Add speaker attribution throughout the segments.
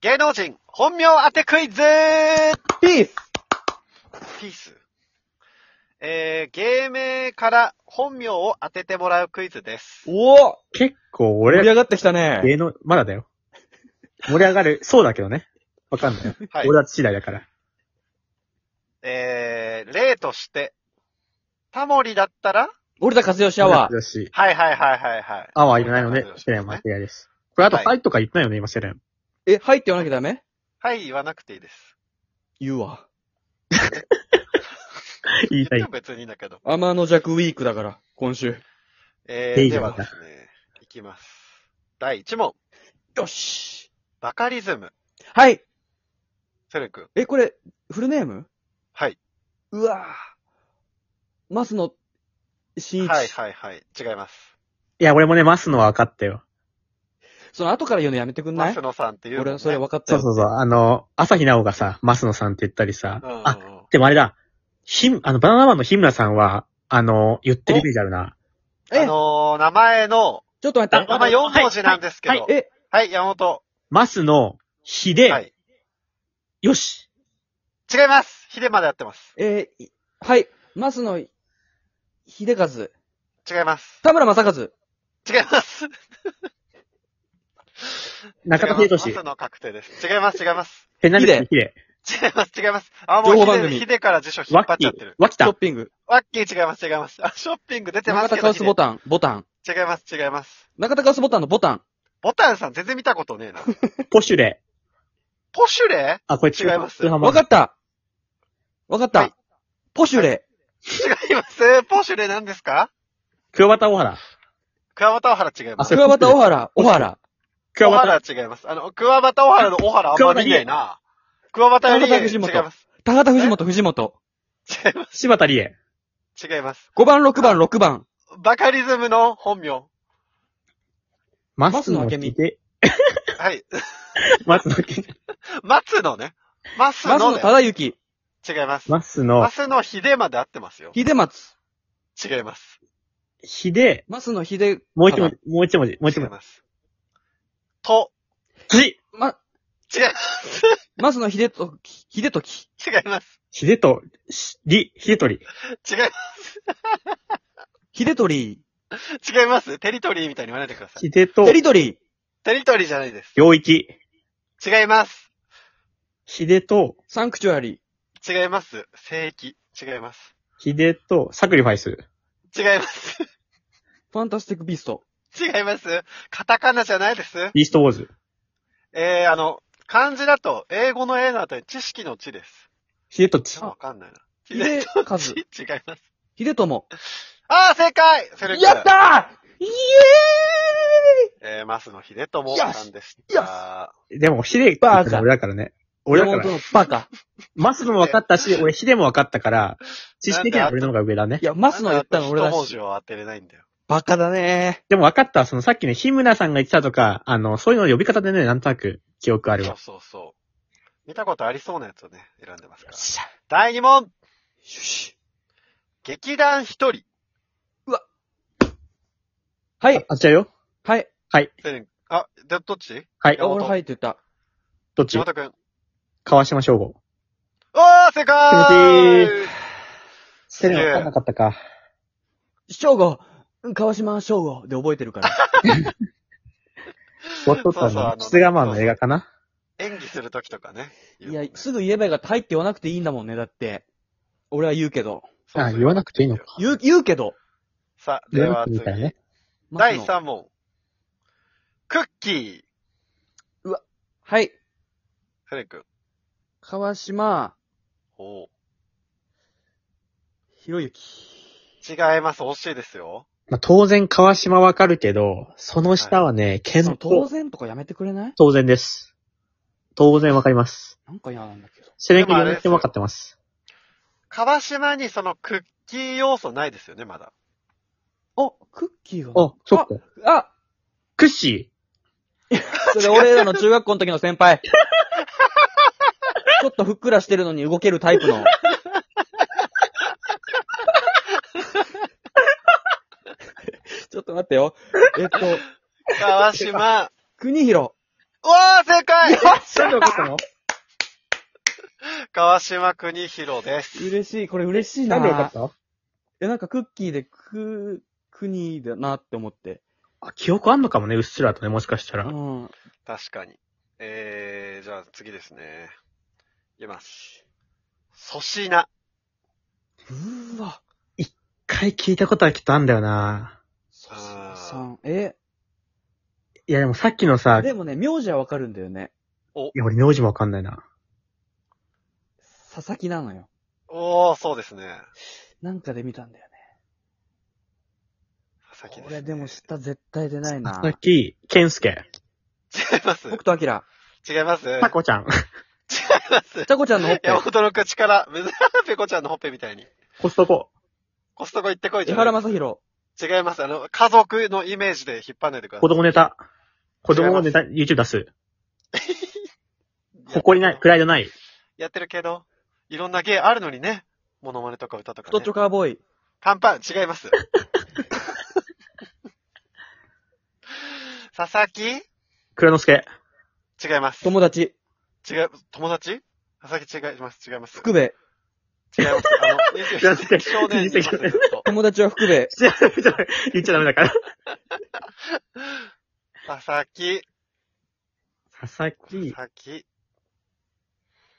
Speaker 1: 芸能人、本名当てクイズピ
Speaker 2: ピ
Speaker 1: ー
Speaker 2: ース
Speaker 1: ス。えー、芸名から本名を当ててもらうクイズです。
Speaker 2: おお
Speaker 3: 結構
Speaker 2: 盛り
Speaker 3: 俺、
Speaker 2: 上がってきたね。
Speaker 3: 芸能、まだだよ。盛り 上がる、そうだけどね。わかんないよ。
Speaker 1: はい
Speaker 3: 俺。たち次第だから。
Speaker 1: えー、例として、タモリだったら
Speaker 2: 俺田和義アワー。
Speaker 3: よし。
Speaker 1: はいはいはいはいはい。
Speaker 3: あはいらないので、
Speaker 1: はい
Speaker 3: 世代は間違いです。これあと、
Speaker 1: はい
Speaker 3: はいとか言ってないよね、今世代。
Speaker 2: え、入って言わなきゃダメ
Speaker 1: はい、言わなくていいです。
Speaker 2: 言うわ。
Speaker 3: 言いたい。
Speaker 1: 別にいいんだけど。
Speaker 2: 天の弱ウィークだから、今週。
Speaker 1: え
Speaker 3: い
Speaker 1: ー、
Speaker 3: いじ
Speaker 1: で
Speaker 3: ゃん
Speaker 1: はですね、いきます。第1問、
Speaker 2: よし
Speaker 1: バカリズム、
Speaker 2: はい
Speaker 1: セル君。
Speaker 2: え、これ、フルネーム
Speaker 1: はい。
Speaker 2: うわぁ。マスの、新一。
Speaker 1: はいはいはい、違います。
Speaker 3: いや、俺もね、マスのは分かったよ。
Speaker 2: その後から言うのやめてくんな
Speaker 1: マ
Speaker 2: い
Speaker 1: スノさんっていう、ね。
Speaker 2: 俺、それ分かった
Speaker 3: そう
Speaker 2: よ。
Speaker 3: そうそう。あの、朝日奈央がさ、マスのさんって言ったりさ。
Speaker 1: うんうんうん
Speaker 3: あ、でもあれだ。ひん、あの、バナナマンの日村さんは、あの、言ってるイメージあるな。
Speaker 1: あ
Speaker 2: え、
Speaker 1: のー、名前の、
Speaker 2: ちょっと待っ
Speaker 3: あ
Speaker 1: 名
Speaker 2: て。
Speaker 1: 前4文字なんですけど。
Speaker 3: はい
Speaker 2: え、
Speaker 1: はい、山本。
Speaker 3: マスの、ひ
Speaker 1: は
Speaker 3: で、
Speaker 1: い。
Speaker 3: よし。
Speaker 1: 違います。ヒデまでやってます。
Speaker 2: えーいはい。マスの、秀和。
Speaker 1: 違います。
Speaker 2: 田村正和。
Speaker 1: 違います。
Speaker 3: 中田
Speaker 1: 違い
Speaker 3: 秀
Speaker 1: ます
Speaker 3: 俊
Speaker 1: マス。の確定です。違います、違います。
Speaker 3: ペナルティひで。
Speaker 1: 違います、違います。あ、もう
Speaker 2: 情報
Speaker 1: ヒ
Speaker 2: 番
Speaker 1: デ、
Speaker 2: 組
Speaker 1: ヒデから辞書引
Speaker 3: ワ
Speaker 1: っ張
Speaker 3: ッ
Speaker 1: っち
Speaker 3: キ
Speaker 1: ゃっ
Speaker 3: ー
Speaker 1: てる。。
Speaker 3: ワキ
Speaker 2: ショッ
Speaker 3: タ。
Speaker 2: ピング。
Speaker 1: ワッキー違います、違います。あ、ショッピング出てま
Speaker 2: 中
Speaker 1: す
Speaker 2: 田
Speaker 1: け
Speaker 2: カ
Speaker 1: ど。
Speaker 2: ウスボタン、ボタン。
Speaker 1: ヒデ違います、違います。
Speaker 2: 中田カウスボタンのボタン。
Speaker 1: ボタンさん全然見たことねえな。
Speaker 3: ポシュレ。
Speaker 1: ポシュレ
Speaker 3: あ、これ
Speaker 1: 違います
Speaker 3: 中途半端
Speaker 2: わかったわかった、
Speaker 1: はい
Speaker 2: ポシュレ。
Speaker 1: 違います。ポシュレ何ですか
Speaker 3: クワバタオハラ。
Speaker 1: クワバタオハラ違います。
Speaker 3: あ
Speaker 2: クワバタオハラ、オハラ。
Speaker 3: ク
Speaker 1: オ
Speaker 3: ワ
Speaker 1: ハ
Speaker 3: バタ
Speaker 1: ラ。違います。あの、クワバタオハラのオハラあんま見ないな。クワバタより
Speaker 2: クワバタ
Speaker 1: 違い
Speaker 2: 藤本
Speaker 1: ます。
Speaker 2: 高田藤本藤本。
Speaker 1: 違いま
Speaker 3: 柴田理恵。
Speaker 1: す。違います。
Speaker 2: 5番、6番、6番。
Speaker 1: バカリズムの本名。
Speaker 3: マスの
Speaker 2: 松野明
Speaker 3: ひ
Speaker 2: 美
Speaker 3: で。
Speaker 1: はい。
Speaker 3: 松野明美。
Speaker 1: 松野ね。松
Speaker 2: 松
Speaker 1: 野
Speaker 2: 野
Speaker 1: ね。
Speaker 2: 忠之。
Speaker 1: 違います。
Speaker 3: 松野、
Speaker 1: 松野秀まで合ってますよ。
Speaker 2: 秀松。
Speaker 1: 違います。
Speaker 3: ひで。
Speaker 2: 松野秀。
Speaker 3: もう一文字、もう一文字、もう一
Speaker 1: 違い
Speaker 3: 文
Speaker 1: ます。と、
Speaker 3: 字。
Speaker 2: ま、
Speaker 1: 違いま
Speaker 2: 松野秀と、秀時。
Speaker 1: す。違います。
Speaker 3: ひでと、しり、ひでとり。
Speaker 1: 違いま
Speaker 2: 秀鳥。
Speaker 1: す。違います。テリトリーみたいに言わないでください。
Speaker 3: ひでと
Speaker 2: テ、リトリ。
Speaker 1: テリトリーじゃないです。
Speaker 3: 領域。
Speaker 1: 違います。
Speaker 3: ひでと、
Speaker 2: サンクチュアリ。
Speaker 1: 違います。聖域。違います。
Speaker 3: ひでと、サクリファイス。
Speaker 1: 違います。
Speaker 2: ファンタスティックビースト。
Speaker 1: 違います。カタカナじゃないです。
Speaker 3: ビーストウォーズ。
Speaker 1: えー、あの、漢字だと、英語の英の後に知識の知です。
Speaker 3: ひでとち。
Speaker 1: わかんないな。知
Speaker 2: 秀和。
Speaker 1: 知
Speaker 2: 秀
Speaker 1: 違います。
Speaker 2: 友。
Speaker 1: あー、正解セル君
Speaker 2: やったーイエ
Speaker 1: えー、マスの秀友
Speaker 2: よし
Speaker 1: さんでし。
Speaker 2: よした
Speaker 3: でも、ひで、
Speaker 2: バーカ
Speaker 3: 俺だからね。
Speaker 2: ーイ
Speaker 3: 俺だ
Speaker 2: 山
Speaker 3: か
Speaker 2: 本
Speaker 3: ら。
Speaker 2: のバカ。
Speaker 3: マスも分かったし、俺ひでも分かったから、知識的には俺の方が上だね
Speaker 2: い。や、松野言ったの俺
Speaker 1: なんで
Speaker 2: だ
Speaker 1: あと一文字
Speaker 2: し。
Speaker 1: を当てれないんだよ。
Speaker 2: バカだね
Speaker 3: でも分かった。そのさっきね、日村さんが言ってたとか、あの、そういうの呼び方でね、なんとなく記憶ある
Speaker 1: そう
Speaker 3: わ。
Speaker 1: そうそう。見たことありそうなやつをね、選んでますか
Speaker 2: ー。よ
Speaker 1: ら
Speaker 2: っ。しゃ。
Speaker 1: 第2問
Speaker 2: シュッシュ
Speaker 1: 劇団一人。
Speaker 2: はい、
Speaker 3: あ、違うよ。
Speaker 2: はい。
Speaker 1: セリンあ、で、どっち
Speaker 3: はい
Speaker 2: あ、。
Speaker 1: 山
Speaker 2: 俺
Speaker 1: 本
Speaker 2: はいって言った。
Speaker 3: どっち
Speaker 1: 山本くん。
Speaker 3: 川島省吾。
Speaker 1: おー、正解
Speaker 3: 気持ちいい
Speaker 1: す
Speaker 3: セ
Speaker 1: げえ
Speaker 3: レン分かんなかったか。
Speaker 2: 翔吾川島翔吾で覚えてるから。
Speaker 3: ボットさ
Speaker 1: そう
Speaker 3: ん
Speaker 1: そうあ
Speaker 3: の、
Speaker 1: の
Speaker 3: キスガマンの映画かな
Speaker 1: 演技するときとかね。
Speaker 2: いや、すぐ言えばいいから、はいって言わなくていいんだもんね、だって。俺は言うけど。
Speaker 3: あ言わなくていいのか。
Speaker 2: 言う、言うけど。
Speaker 1: さあ、で
Speaker 3: 言わ
Speaker 1: は
Speaker 3: なくていいから
Speaker 1: 次
Speaker 3: ね。
Speaker 1: 第
Speaker 2: 松野
Speaker 1: 3問。クッキー。
Speaker 2: はい。
Speaker 1: セレン君。
Speaker 2: 川島、
Speaker 1: おー
Speaker 2: ひろゆき。
Speaker 1: 違います。惜しいですよ。
Speaker 3: まあ、当然川島分かるけど、その下はね、
Speaker 2: そ
Speaker 3: 検
Speaker 2: の当
Speaker 3: 討。
Speaker 2: 然とかやめてくれない
Speaker 3: 当然です。当然分かります。
Speaker 2: なんか嫌なんだけど。
Speaker 3: セレ
Speaker 1: で
Speaker 3: ン君
Speaker 1: もあれ
Speaker 3: 4点分かってます。
Speaker 1: 川島にそのクッキー要素ないですよね、まだ。
Speaker 2: お、クッキーが。
Speaker 3: あ、そっか。
Speaker 2: あ、あ
Speaker 3: クッシ
Speaker 2: それ俺らの中学校の時の先輩。 ちょっとふっくらしてるのに動けるタイプの。 ちょっと待ってよ。えっと、
Speaker 1: 川島。
Speaker 2: 国広。
Speaker 1: うわー、正解
Speaker 2: よっ
Speaker 3: なんで怒ったの
Speaker 1: 川島国広です。
Speaker 2: 嬉しい。これ嬉しいな。
Speaker 3: なんで怒った
Speaker 2: え、なんかクッキーでく、国だなって思って。
Speaker 3: あ、記憶あんのかもね、うっすらとね、もしかした
Speaker 2: う
Speaker 3: ら。
Speaker 2: ん。
Speaker 1: 確かに。えー、じゃあ次ですね。いきます。粗品。
Speaker 2: うわ。
Speaker 3: 一回聞いたことはきっとあんだよな。
Speaker 2: そさん。え、
Speaker 3: いや、でもさっきのさ、い
Speaker 2: でもね、名字はわかるんだよね。
Speaker 3: や、俺名字もわかんないな。
Speaker 2: 佐々木なのよ。
Speaker 1: おー、そうですね。
Speaker 2: なんかで見たんだよね。
Speaker 1: 佐々木
Speaker 2: こ
Speaker 1: すね
Speaker 2: れでも下絶対出ないな
Speaker 3: さ。っき、ケンスケ。
Speaker 1: 違います。
Speaker 2: 北斗晶。
Speaker 1: 違います。違い
Speaker 3: タコちゃん。
Speaker 1: ます。い
Speaker 2: ちゃこちゃ んのほっぺ
Speaker 1: や、。驚く力。むず ペコちゃんのほっぺみたいに。
Speaker 3: コストコ。
Speaker 1: コストコ行ってこいじ
Speaker 2: 江
Speaker 1: ゃない
Speaker 2: 原正宏。
Speaker 1: 違います。あの、家族のイメージで引っ張らないでくださ
Speaker 3: 子
Speaker 1: い。
Speaker 3: 供ネタ。子供のネタ、YouTube 出す。
Speaker 1: や
Speaker 3: 誇りない、プライドない。
Speaker 1: やってるけど、いろんな芸あるのにね。モノマネとか歌とか、
Speaker 2: 太っ
Speaker 1: ね
Speaker 2: ちょ。カーボーイ。
Speaker 1: パンパン、違います。 佐々木
Speaker 3: 蔵之介。
Speaker 1: 違います。
Speaker 2: 友達。
Speaker 1: 違う、友達佐々木違います、違います。
Speaker 2: 福兵衛。
Speaker 1: 違います。あの、21少年にいますずっと
Speaker 2: 友達は福兵衛。
Speaker 3: 言っちゃダメだから。
Speaker 1: 佐々木、
Speaker 3: 佐々木
Speaker 1: 佐、々木、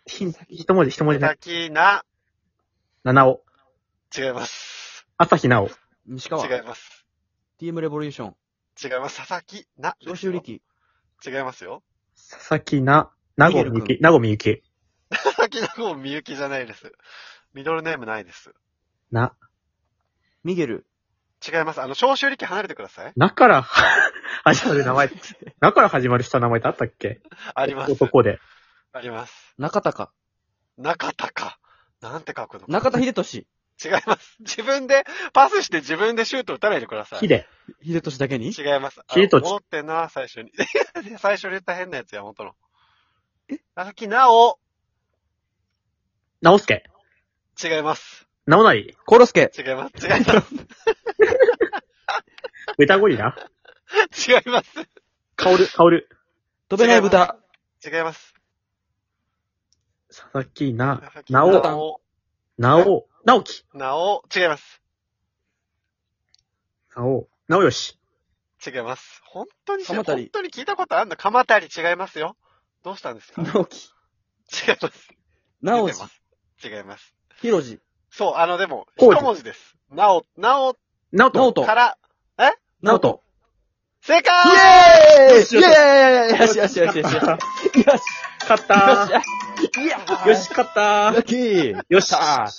Speaker 3: ひ一文字、一文
Speaker 1: 佐
Speaker 3: 字ね
Speaker 1: 々。木な、
Speaker 3: 七尾。
Speaker 1: 違います。
Speaker 3: 朝日奈
Speaker 2: 西川。
Speaker 1: 違います。
Speaker 2: TM レボリューション。
Speaker 1: 違います。佐々木な、
Speaker 2: 長州力。
Speaker 1: 違いますよ。
Speaker 3: 緒。佐々木な、名護みゆき、名護みゆき。
Speaker 1: 佐々木の方、みゆきじゃないです。ミドルネームないです。
Speaker 3: な、
Speaker 2: ミゲル。
Speaker 1: 違います。あの、召集力離れてください。
Speaker 3: なから、 始まる名前、なから始まる人の名前ってあったっけ
Speaker 1: あります。
Speaker 3: 男で。
Speaker 1: あります。
Speaker 2: 中田か。
Speaker 1: 中田か。なんて書くの
Speaker 2: 中田秀俊。
Speaker 1: 違います。自分で、パスして自分でシュート打たないでください。
Speaker 3: 木で。
Speaker 2: 秀俊だけに
Speaker 1: 違います。あ
Speaker 3: ヒデと
Speaker 1: 戻ってんな、最初に。 最初に言った変なやつや、本当の。え佐々木直
Speaker 3: 直輔。
Speaker 1: 違います。
Speaker 3: 直成。
Speaker 2: コロスケ。
Speaker 1: 違います。違いま
Speaker 3: 歌ゴリラ。
Speaker 1: す。違います。
Speaker 3: 薫、薫。
Speaker 2: 飛べない豚。
Speaker 1: 違います。
Speaker 3: 佐々木な、
Speaker 1: 佐々木
Speaker 3: な
Speaker 2: お
Speaker 1: 直
Speaker 3: なお、なおき。
Speaker 1: 直違います。
Speaker 3: なお、なおよし。
Speaker 1: 違います。本当に、
Speaker 2: 鎌
Speaker 1: 本
Speaker 2: 足り
Speaker 1: 当に聞いたことあんの鎌足り違いますよ。どうしたんですか違い
Speaker 2: 直樹。
Speaker 1: ます。
Speaker 2: 直
Speaker 1: 出て
Speaker 2: 樹
Speaker 1: ま。す違います。
Speaker 2: ひろじ。
Speaker 1: そう、あの、でも、
Speaker 3: こう
Speaker 1: 一
Speaker 3: じ
Speaker 1: 文字です。なお、なお
Speaker 3: なお
Speaker 2: 直
Speaker 3: と。
Speaker 2: 人。
Speaker 1: から、
Speaker 2: 直人。
Speaker 1: 正
Speaker 2: イ
Speaker 1: 解
Speaker 2: ェーイ
Speaker 3: よしよし
Speaker 2: イェーイよしよしよしよしよし。よし
Speaker 3: 勝った
Speaker 2: よし
Speaker 3: ー。よし、勝った
Speaker 2: ラッ
Speaker 3: ー。
Speaker 2: キー
Speaker 3: よし。
Speaker 2: さあ